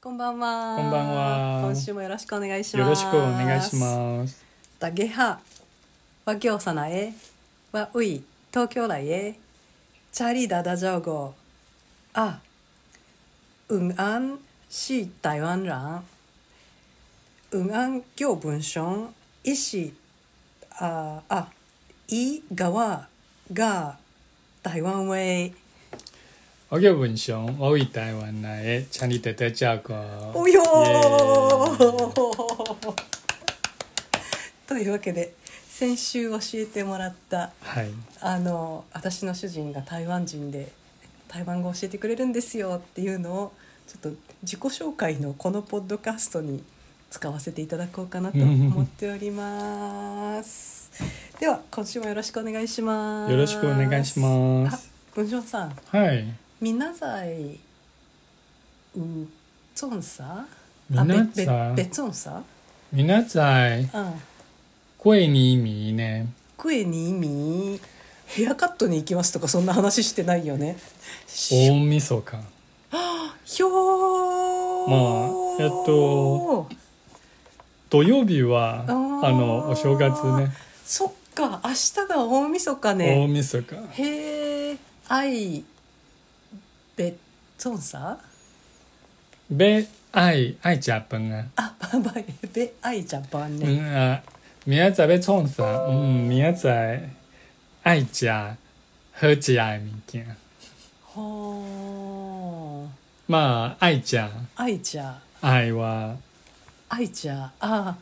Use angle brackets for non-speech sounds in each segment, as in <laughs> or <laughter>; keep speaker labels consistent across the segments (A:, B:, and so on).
A: こんばんは。
B: こんばんは
A: 今週もよろしくお願いします。
B: よろしくお願いします。
A: す。だげは、わぎょうさなえ、わうい、東京来へ、チャリダダジャオゴ、あ、うんあん、し台湾人、うんあん行文章、いし、あ、あ、いがわが台湾へ。
B: 我叫文雄，我为台湾来的，请你多多照顾。
A: およ
B: 耶
A: ー <laughs> というわけで先週教えてもらった
B: はい、
A: あの私の主人が台湾人で台湾語を教えてくれるんですよっていうのをちょっと自己紹介のこのポッドキャストに使わせていただこうかな
B: <laughs>
A: と思っております。では今週もよろしくお願いします。
B: よろしくお願いしま
A: あ
B: す。、
A: 文章さん、
B: はい、
A: みなざい、うん、つんさ。あ、べ、
B: 皆さ
A: べ、べ
B: ん、
A: つんさ。
B: 皆さん、
A: うん。
B: 贵你米呢？
A: クエに意味。ヘアカットに行きますとか、そんな話してないよね。し
B: 大晦日。
A: ひょー。
B: まあえっと。土曜日はあ
A: あー
B: のお正月ね、
A: そっか、明日が大晦日
B: 大
A: ね。
B: 晦日。
A: へえ、あい。べ、つんさ。
B: べ愛愛食飯啊，
A: あ、ばばい、べ、あいジャパンね。
B: 嗯啊，明仔载要创啥？嗯，明仔载爱食好食的物件。
A: ほー。
B: まあ愛ちゃん
A: あいじゃ。
B: 愛は
A: 愛じゃああ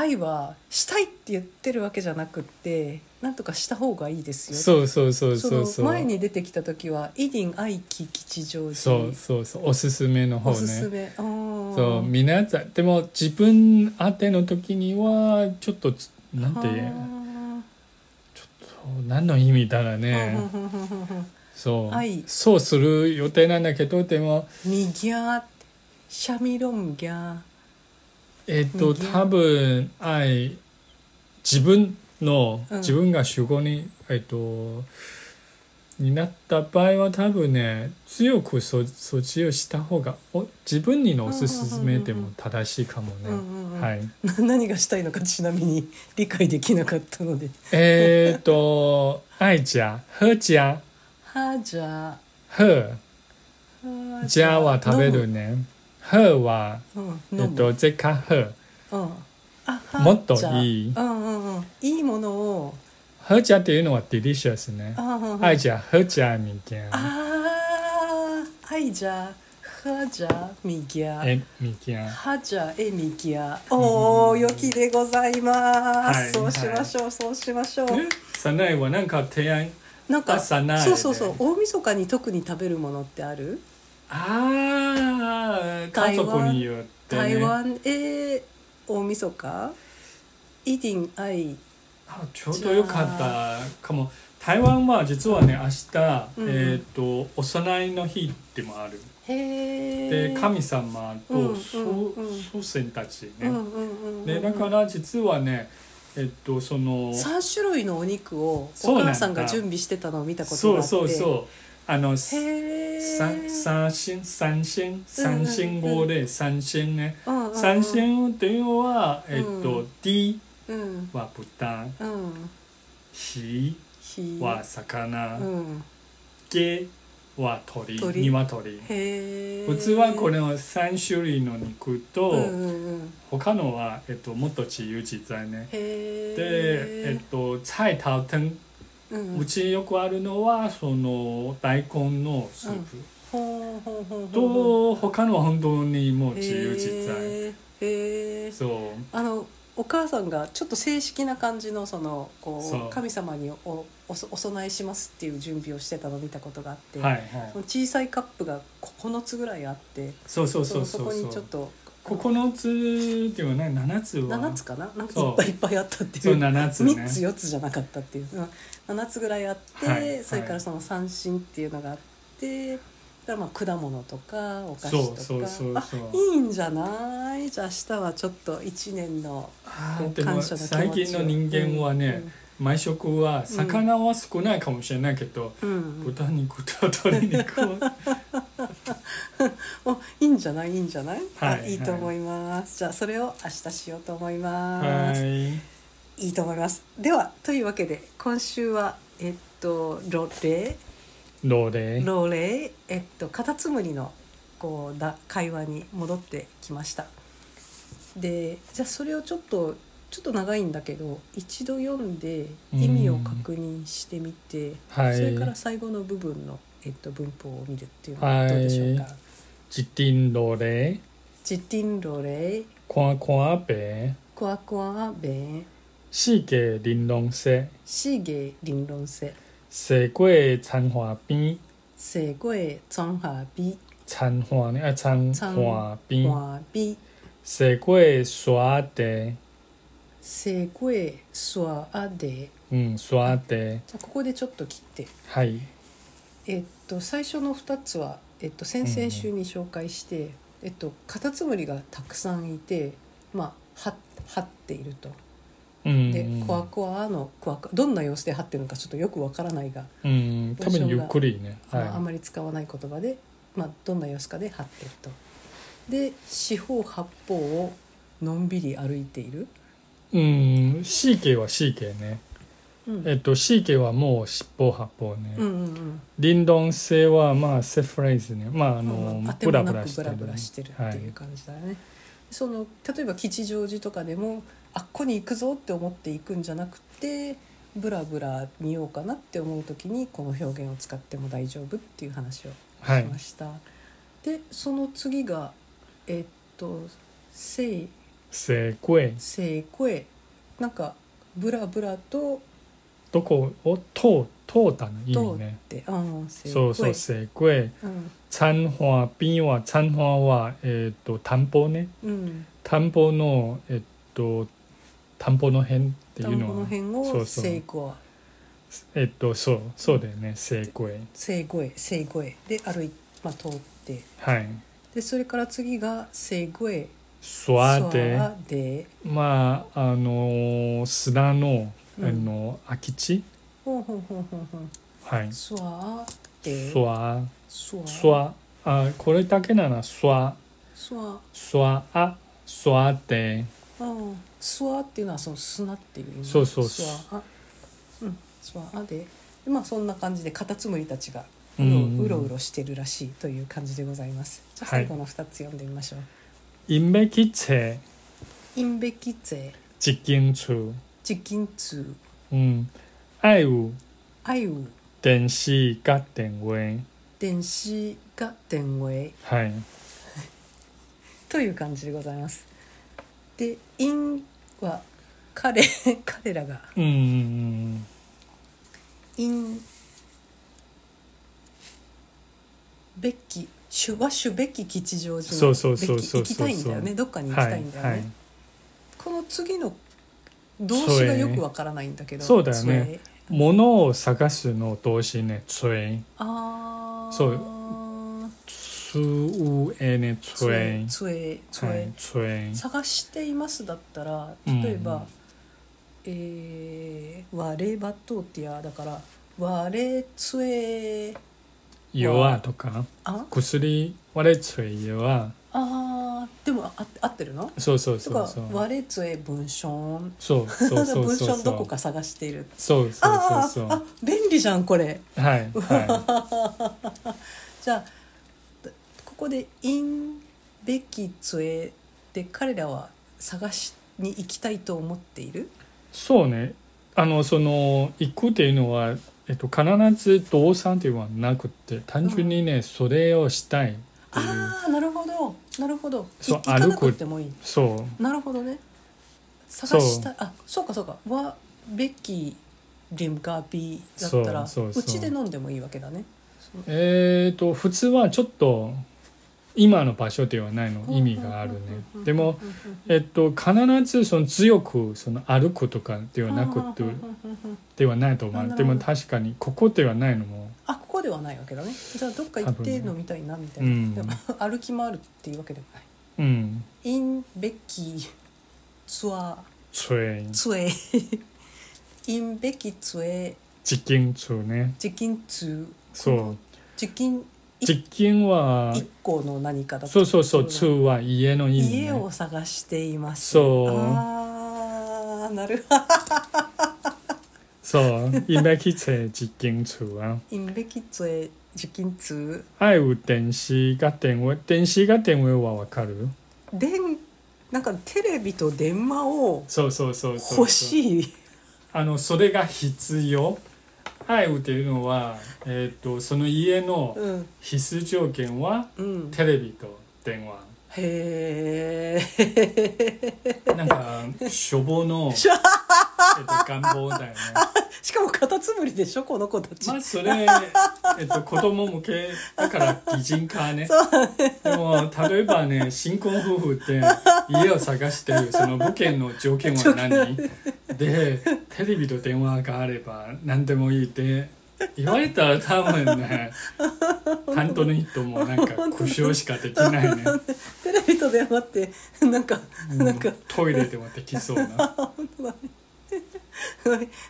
A: 愛はしたいって言ってるわけじゃなくってなんとかした方がいいですよ
B: そうそうそう
A: そ
B: そうそう
A: の前に出てきた時は「イディン愛き吉祥寺」
B: そうそうそうおすすめの方
A: お
B: ね
A: すすめ、あー
B: そう皆さんでも自分宛ての時にはちょっとつなんて
A: あ
B: そう何の意味だら
A: ー
B: ね
A: ふんふんふんふんふん
B: そう
A: 愛
B: そうする予定なんだけどでも
A: ミギャーシャミロンギャー
B: えっと
A: 右
B: 多分愛自分の
A: うん
B: 自分が主語に、えっとになった場合は多分ね強くそそちをした方がお自分にのおすすめでも正しいかもね。
A: うんうんうん
B: はい、
A: な <laughs> 何がしたいのかちなみに理解できなかったので
B: えっと <laughs> 「愛家」「喝家」
A: 「はじゃ
B: 「喝
A: は」
B: 「家」は食べるね「喝」は
A: 飲むうん
B: 「え
A: 飲
B: っ
A: む
B: と絶か喝」
A: うんあは
B: もっと
A: じゃあ
B: いい
A: うんうんうん、いいものを
B: 「喝家」っていうのは「delicious」ね
A: あうんう
B: 「
A: ん
B: 愛家」「喝家」みたいな。
A: あー愛じゃはじゃみぎゃ
B: え、みきやん。
A: はじゃえみぎゃおお良きでございます、
B: はい
A: そうしましょう、そうしましょう
B: サナイはなんか提案。
A: なんか
B: あさない
A: そうそうそう大晦日に特に食べるものってある
B: ああ、家族によって、ね。
A: 台湾へ大晦日イディンアイ
B: あ、ちょうどよかったかも。台湾は実はね、明日、
A: うん
B: えっ、と、お供えの日でもある。
A: へ
B: で、
A: え
B: 神様
A: うん
B: と祖、
A: うんうん
B: 祖先たち
A: う
B: ね。
A: んうんうんうん
B: で、だから、実はね、えっ、と、その。
A: 3種類のお肉を
B: そう
A: お
B: なんだ
A: 母さんが準備してたのを見たこと
B: そ
A: があ
B: う
A: って
B: そうそう。あの、
A: へえ
B: 三三星三星三星語で三星ね。
A: うんうんうん
B: 三線っていうのは、えっと、
A: うん
B: D
A: うん
B: は豚、
A: うん
B: 火
A: ひ
B: は魚、
A: うん
B: ゲは鳥、
A: 鳥
B: 鶏。
A: へえ
B: 普通はこれの三種類の肉と、
A: うんうんうん
B: 他のは、えっと、もっと自由自在ね。
A: へえ
B: で、えっと、菜刀天、
A: うん
B: うちよくあるのは、その大根のスープ。
A: ほうほうほうほう
B: と、他のは本当にもう自由自在。
A: へえへえ
B: そう。
A: あのお母さんがちょっと正式な感じのそのこ
B: そう
A: う神様におおそお供えしますっていう準備をしてたのを見たことがあって、
B: はいはい
A: そ。の小さいカップが9つぐらいあって
B: そうそうそう
A: そ
B: そ
A: の
B: う
A: そこにち
B: そ
A: ょ
B: う
A: っ。と
B: 9つではない7つは
A: 7つかななんかい
B: そう
A: っぱいいっぱいあったって
B: そ
A: いうう
B: 7つね
A: 3つ4つじゃなかったっていう、うん、7つぐらいあって、
B: はい
A: それからその三振っていうのがあってだからまあ果物とかお菓子と
B: そう
A: か
B: そうそう
A: あ
B: そう
A: いいんじゃないじゃあ明日はちょっと1年の
B: あ
A: こ
B: ー
A: う
B: でも
A: 感謝の気持ちを
B: 最近の人間はね、
A: うん
B: 毎食は魚は少ないかもしれないけど、
A: うん、
B: 豚肉と鶏肉は
A: おいいんじゃないいいんじゃない、
B: はい
A: あいいと思いますじゃあそれを明日しようと思います、
B: はい
A: いいと思います。ではというわけで今週はえっとロレ
B: どうで
A: <laughs> ロレえっとカタツムリのこうだ会話に戻ってきました。でじゃあそれをちょっとちょっと長いんだけど一度読んで意味を確認してみて、
B: はい
A: それから最後の部分の、えっと、文法を見るっていうのはどうでしょうか。
B: はいジティンロレ
A: ジティンロレ
B: コアコアベ
A: コアコアベ
B: シゲリンロンセ
A: シゲリンロンセ
B: セゴエチャンホアビ
A: セゴエチョンハビ
B: チャンホアねあチャンホアビ
A: 花比
B: セゴエソアデ
A: 西瓜耍あで
B: うんソアデ
A: じゃあここでちょっと切って
B: はい
A: えっと最初の2つは、えっと、先々週に紹介して、えっと、カタツムリがたくさんいてまあははっていると
B: うん
A: でコアコアのコアコアどんな様子ではってるのかちょっとよくわからないが、
B: うん多分ゆっくりね
A: まああん
B: は
A: まり使わない言葉で、まあ、どんな様子かではってるとで四方八方をのんびり歩いている、
B: いうんシゲはシゲね
A: うん、
B: えっとシゲはもう尻尾八方ね、
A: うんうんうん
B: リンドン性はまあセフレーズねまああ
A: あ
B: の、
A: あて
B: ブ
A: も
B: ラ
A: な
B: ブ
A: く
B: ラ
A: ブラブラしてるっていう感じだね、その例えば吉祥寺とかでもあっこに行くぞって思って行くんじゃなくてブラブラ見ようかなって思う時にこの表現を使っても大丈夫っていう話をし
B: はい、はい
A: ま、した、でその次がえっと「せい
B: セゴエ
A: せいこえ」なんかブラブラと
B: どこを通通ったの
A: 「
B: い
A: と」
B: い
A: っ
B: ね
A: て「あんせい
B: そう
A: こ
B: そう
A: え」
B: セゴエ
A: うん
B: 餐花瓶は餐花はえっと田んぼね
A: うん
B: 田んぼのえっと田んぼの辺ってい
A: 田
B: うん
A: ぼ
B: の
A: の
B: は
A: 辺
B: そ
A: を「
B: うそう
A: せいこえ」
B: えっとそうそうだよねセゴエ
A: 生声生声で歩い、まあ、通って
B: はい
A: でそれから次が生声
B: ソアで
A: ソアで
B: まああの砂のあ
A: うん
B: の空き地
A: ほんほんほんほんほん
B: はい
A: ソアで
B: ソア
A: ソア
B: ソアあこれだけならソア
A: ソア
B: ソアあソアで
A: うんソアっていうのはその砂っていう意味
B: そうそう
A: ソアうんソアででまあそんな感じでカタツムリたちがう
B: う
A: ろ
B: ん
A: うろうろしてるらしいという感じでございますじゃあ
B: はい
A: 最後の2つ読んでみましょう、
B: インベキチェ
A: インベキツェ
B: チキンチュ
A: チキンツ
B: うん愛ウ
A: アイウ
B: 電子ガテンウェイ
A: 電子が電話
B: はい
A: という感じでございます。で、インは彼 <laughs> 彼らが
B: うんうん
A: インべきシュワシュべき吉祥寺の
B: そうそうそう
A: べき
B: そう
A: 行きたいんだよ
B: そうそう
A: ね。どっか
B: う
A: に
B: ん
A: 行き
B: は
A: たい
B: い
A: んだよね。
B: はい
A: この次の動詞がよくわからないんだけど、
B: そうだよね
A: それ。
B: 物を探すの動詞ね追
A: ああ。
B: そう。つうえね
A: つえ
B: 追
A: つえつ
B: は
A: え
B: い。追
A: 探していますだったら
B: うん
A: 例えば「えー、割ればとうてや」だから「割れつえ
B: 弱とか
A: あ
B: 薬割れ追弱
A: あーでもあ合ってるの
B: そうそう
A: と
B: そう
A: か
B: そ
A: 「
B: う
A: 割れつえ文章
B: そうそ
A: ただ
B: うそ
A: <laughs>
B: う
A: 文
B: そう
A: 章
B: そ
A: ど
B: う
A: こか探している
B: そうそうそう
A: あ
B: そ
A: ー
B: う
A: あ便利じゃんこれ
B: はいは
A: じゃあだここで「インべきつえ」で彼らは探しに行きたいと思っている
B: いそうねあのその行くっていうのはえっと必ず動産ではなくて単純にねそれをしたいっていう
A: ああなるほどなるほどい
B: そう
A: 行かな
B: 歩く
A: くてもいい
B: そう
A: なるほどね探したあそうかそうかはベッキーリムカーピーだったら
B: そうそうそ
A: ち
B: う
A: で飲んでもいいわけだね
B: えー、と普通はちょっと今の場所ではないの意味があるねでも、えっと、必ずその強くその歩くとかではなくてではないと
A: なる
B: 思う
A: ほ
B: で
A: ど
B: も確かにここではないのも
A: あここではないわけだねじゃあどっか行って
B: 多分ね
A: 飲みたいなみた
B: う
A: いな、で
B: ん
A: も歩き回るっていうわけでもない
B: うん
A: インベッキーツアー <laughs>
B: つい
A: ツエイキンべきつえ
B: 実験中ね
A: チキンつ
B: そう
A: チキンい
B: 実験は
A: 一個の何かだ
B: そうそうそう
A: そ
B: 通
A: う
B: は家の意味、
A: 家
B: ね
A: を、探しています
B: そう
A: ああなるほど
B: そう今来て実験中は
A: インべきつえチキンつ
B: 愛う電子が電話電子が電話はわかる
A: 電なんかテレビと電話を
B: そうそうそうそう
A: 欲しい
B: あのそれが必要愛うっていうのは、えっとその家の
A: うん
B: 必須条件は
A: うん
B: テレビと電話
A: へえ
B: なんか処方 <laughs> の、えっと願望だよね
A: <laughs> しかもカタツムリでしょこの子たち、
B: まあそれ、えっと、子供向けだから擬人化ねでも例えばね新婚夫婦って家を探してるその物件の <laughs> 条件は何でテレビと電話があれば何でもいいって言われたら多分ね担当の人もなん <laughs> か苦笑しかできないね、
A: テレビと電話って <laughs> なんか
B: うん
A: なんか <laughs>
B: トイレでもできそうな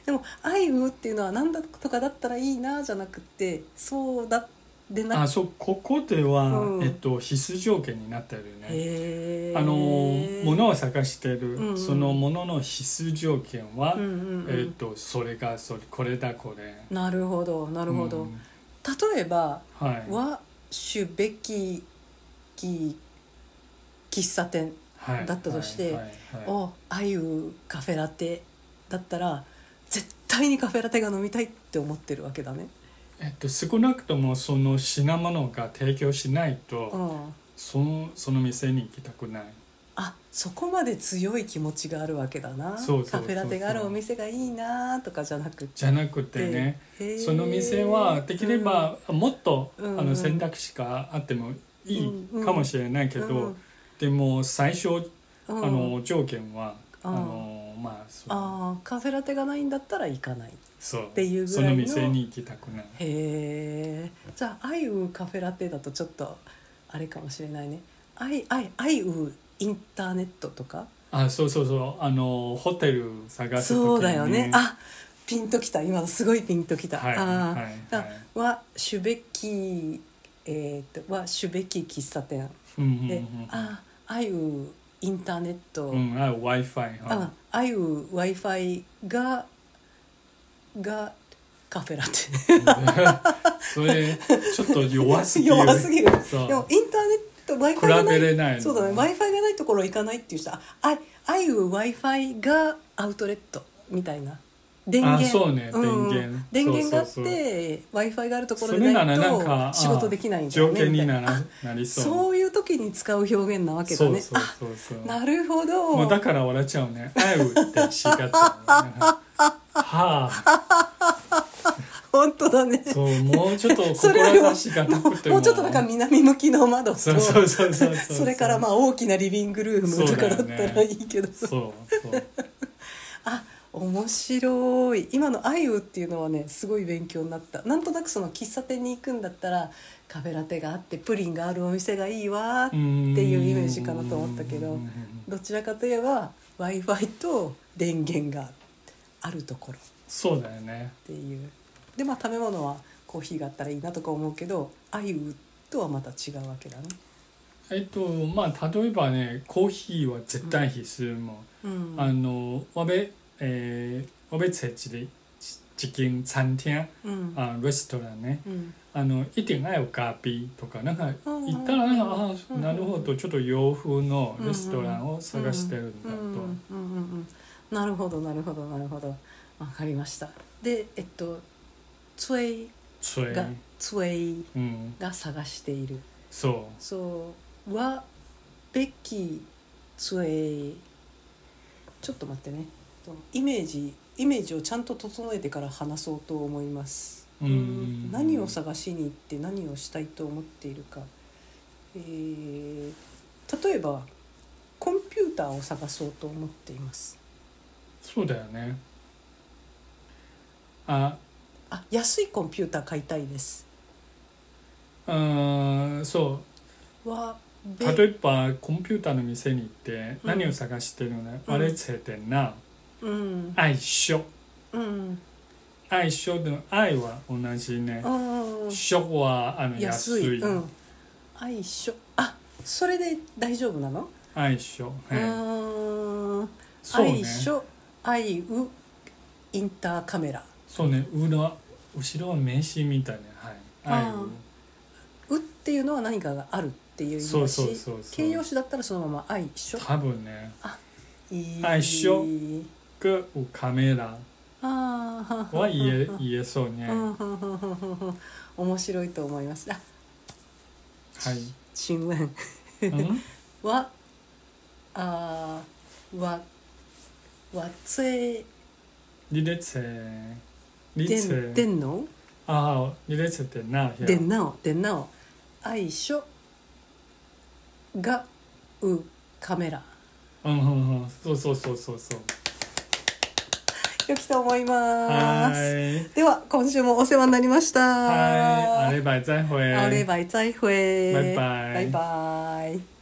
A: でも「愛う」っていうのは何だとかだったらいいなじゃなくてそうだでな
B: あ
A: く
B: そうここでは、
A: うん
B: えっと、必須条件になってるね
A: へえ
B: あの物を探してる、
A: うんうん
B: その物の必須条件は、
A: うんうんうん
B: えっとそれがそれこれだこれ
A: なるほどなるほど、
B: うん
A: 例えば
B: はい
A: 「和種べきき喫茶店
B: はい
A: だったとして
B: はいはいはい
A: をあいうカフェラテ」だったら絶対にカフェラテが飲みたいって思ってるわけだね。
B: えっと、少なくともその品物が提供しないと、
A: うん
B: そのその店に行きたくない
A: あそこまで強い気持ちがあるわけだな
B: そうそうそうそう
A: カフェラテがあるお店がいいなとかじゃなくて
B: じゃなくてね、
A: へー
B: その店はできればもっと、
A: うん
B: あ
A: う
B: の
A: ん
B: 選択肢があってもいい
A: うんうん
B: かもしれないけど、
A: うん
B: でも最初
A: うん
B: あの条件は、
A: うん
B: あのまあそう
A: あーカフェラテがないんだったら行かない
B: そうって
A: いうぐ
B: そ
A: らい
B: の
A: の
B: 店に行きたくない
A: へえじゃあ「愛うカフェラテ」だとちょっとあれかもしれないね「愛愛愛うインターネット」とか
B: あそうそうそうあのホテル探す時に
A: そうだよねあピンときた今のすごいピンときた、
B: はい
A: あー
B: はい
A: だ
B: はい
A: は主べきえー、とは主べき喫茶店
B: うんうん
A: で、あああいうインターネット、
B: うんうんあ w i f i
A: あああいう w i f i ががカフェラテ
B: <laughs> <laughs> それちょっと弱すぎる
A: 弱すぎる
B: そう
A: でもインターネット w i f i がな
B: 比べれ
A: い
B: ない
A: そうだね w i f i がないところ行かないっていう人あああいう w i f i がアウトレットみたいな電源
B: あそうね
A: ん
B: 電源
A: 電源があっ
B: そうそうそ
A: て w i f i があるところ
B: そ
A: で
B: れな
A: な
B: ら
A: い
B: なんか
A: と仕事できないん
B: あ
A: だよ
B: 条
A: ね
B: 件に
A: みた
B: ない
A: な
B: らなり
A: そう
B: そう
A: いう時に使う表現なわけだ
B: そう
A: ね
B: そうそうそう
A: あなるほど
B: もうだから笑っちゃうね「あう」って違ったねはあ
A: 本当だね
B: そうもうちょっと
A: それよりも
B: 志がなくて
A: もうちょっとだから南向きの窓と
B: そうそうそうそうう
A: それからまあ大きなリビングルームとかだ
B: そ
A: っ
B: うだよね
A: たらいいけど、
B: そうそう
A: あ面白い今の「あいう」っていうのはねすごい勉強になったなんとなくその喫茶店に行くんだったらカフェラテがあってプリンがあるお店がいいわ
B: っていう
A: イメージかなと思ったけどどちらかといえば w i f i と電源があるところっ
B: そうだよね
A: ていうでまあ食べ物はコーヒーがあったらいいなとか思うけど「あいう」とはまた違うわけだね。
B: えっとまあ例えばねコーヒーは絶対必須も、
A: うん
B: あの我べえー、我べ設置で一間餐厅
A: うん
B: あレストランね
A: うん
B: あの一点あよカーピーとかなんか
A: うん
B: 行ったらなんか、あ
A: う
B: あ
A: ん
B: なるほどちょっと洋風のレストランを探してるんだ
A: う
B: と、
A: んうんうんうんなるほどなるほどなるほどわかりましたでえっとツェイ
B: それ
A: がツェイ
B: うん
A: が探している
B: そ
A: そうはべきツェイちょっと待ってねとイメージイメージをちゃんと整えてから話そうと思います
B: ううん
A: 何を探しに行って何をしたいと思っているか、えー例えばコンピューターを探そうと思っています
B: そうだよねあ
A: あ安いコンピューター買いたいです
B: うーんそう
A: はべ
B: 例えばコンピューターの店に行って
A: うん
B: 何を探してるのね、
A: うん
B: あれついてんな
A: うん
B: 愛書
A: うん
B: 愛しょうの愛は同じね
A: う。んうん
B: しょはあの
A: 安
B: 安
A: い
B: い。
A: うん愛しょあそれで大丈夫なの
B: 愛しょ。
A: う
B: はい
A: ーん
B: そうね
A: 愛。しょ愛うインターカメラ
B: そうね。裏後ろは名詞みたいね。はい。愛
A: あ
B: を。
A: うっていうのは何かがあるっていう意味だし
B: そうそうそうそう
A: 形容詞だったらそのまま愛しょ
B: 多分ね。
A: いい
B: 愛しょがカメラ
A: ああ
B: は言え言えそうね。は
A: 面白いと思いますあ
B: い。
A: <laughs> 新聞
B: うん
A: はあーわわつえ
B: リレツェ。リ
A: で
B: ツ
A: ん
B: ェ。
A: でんの
B: ああ、リレツェってな。
A: でんなおでんなお愛しょがうカメラ
B: うんうんうん。そうそうそうそうそう。
A: よきと思いま
B: は
A: す
B: い。
A: では今週もお世話になりました哦
B: はい。あれば再会。
A: あればい再会
B: 拜拜
A: 拜拜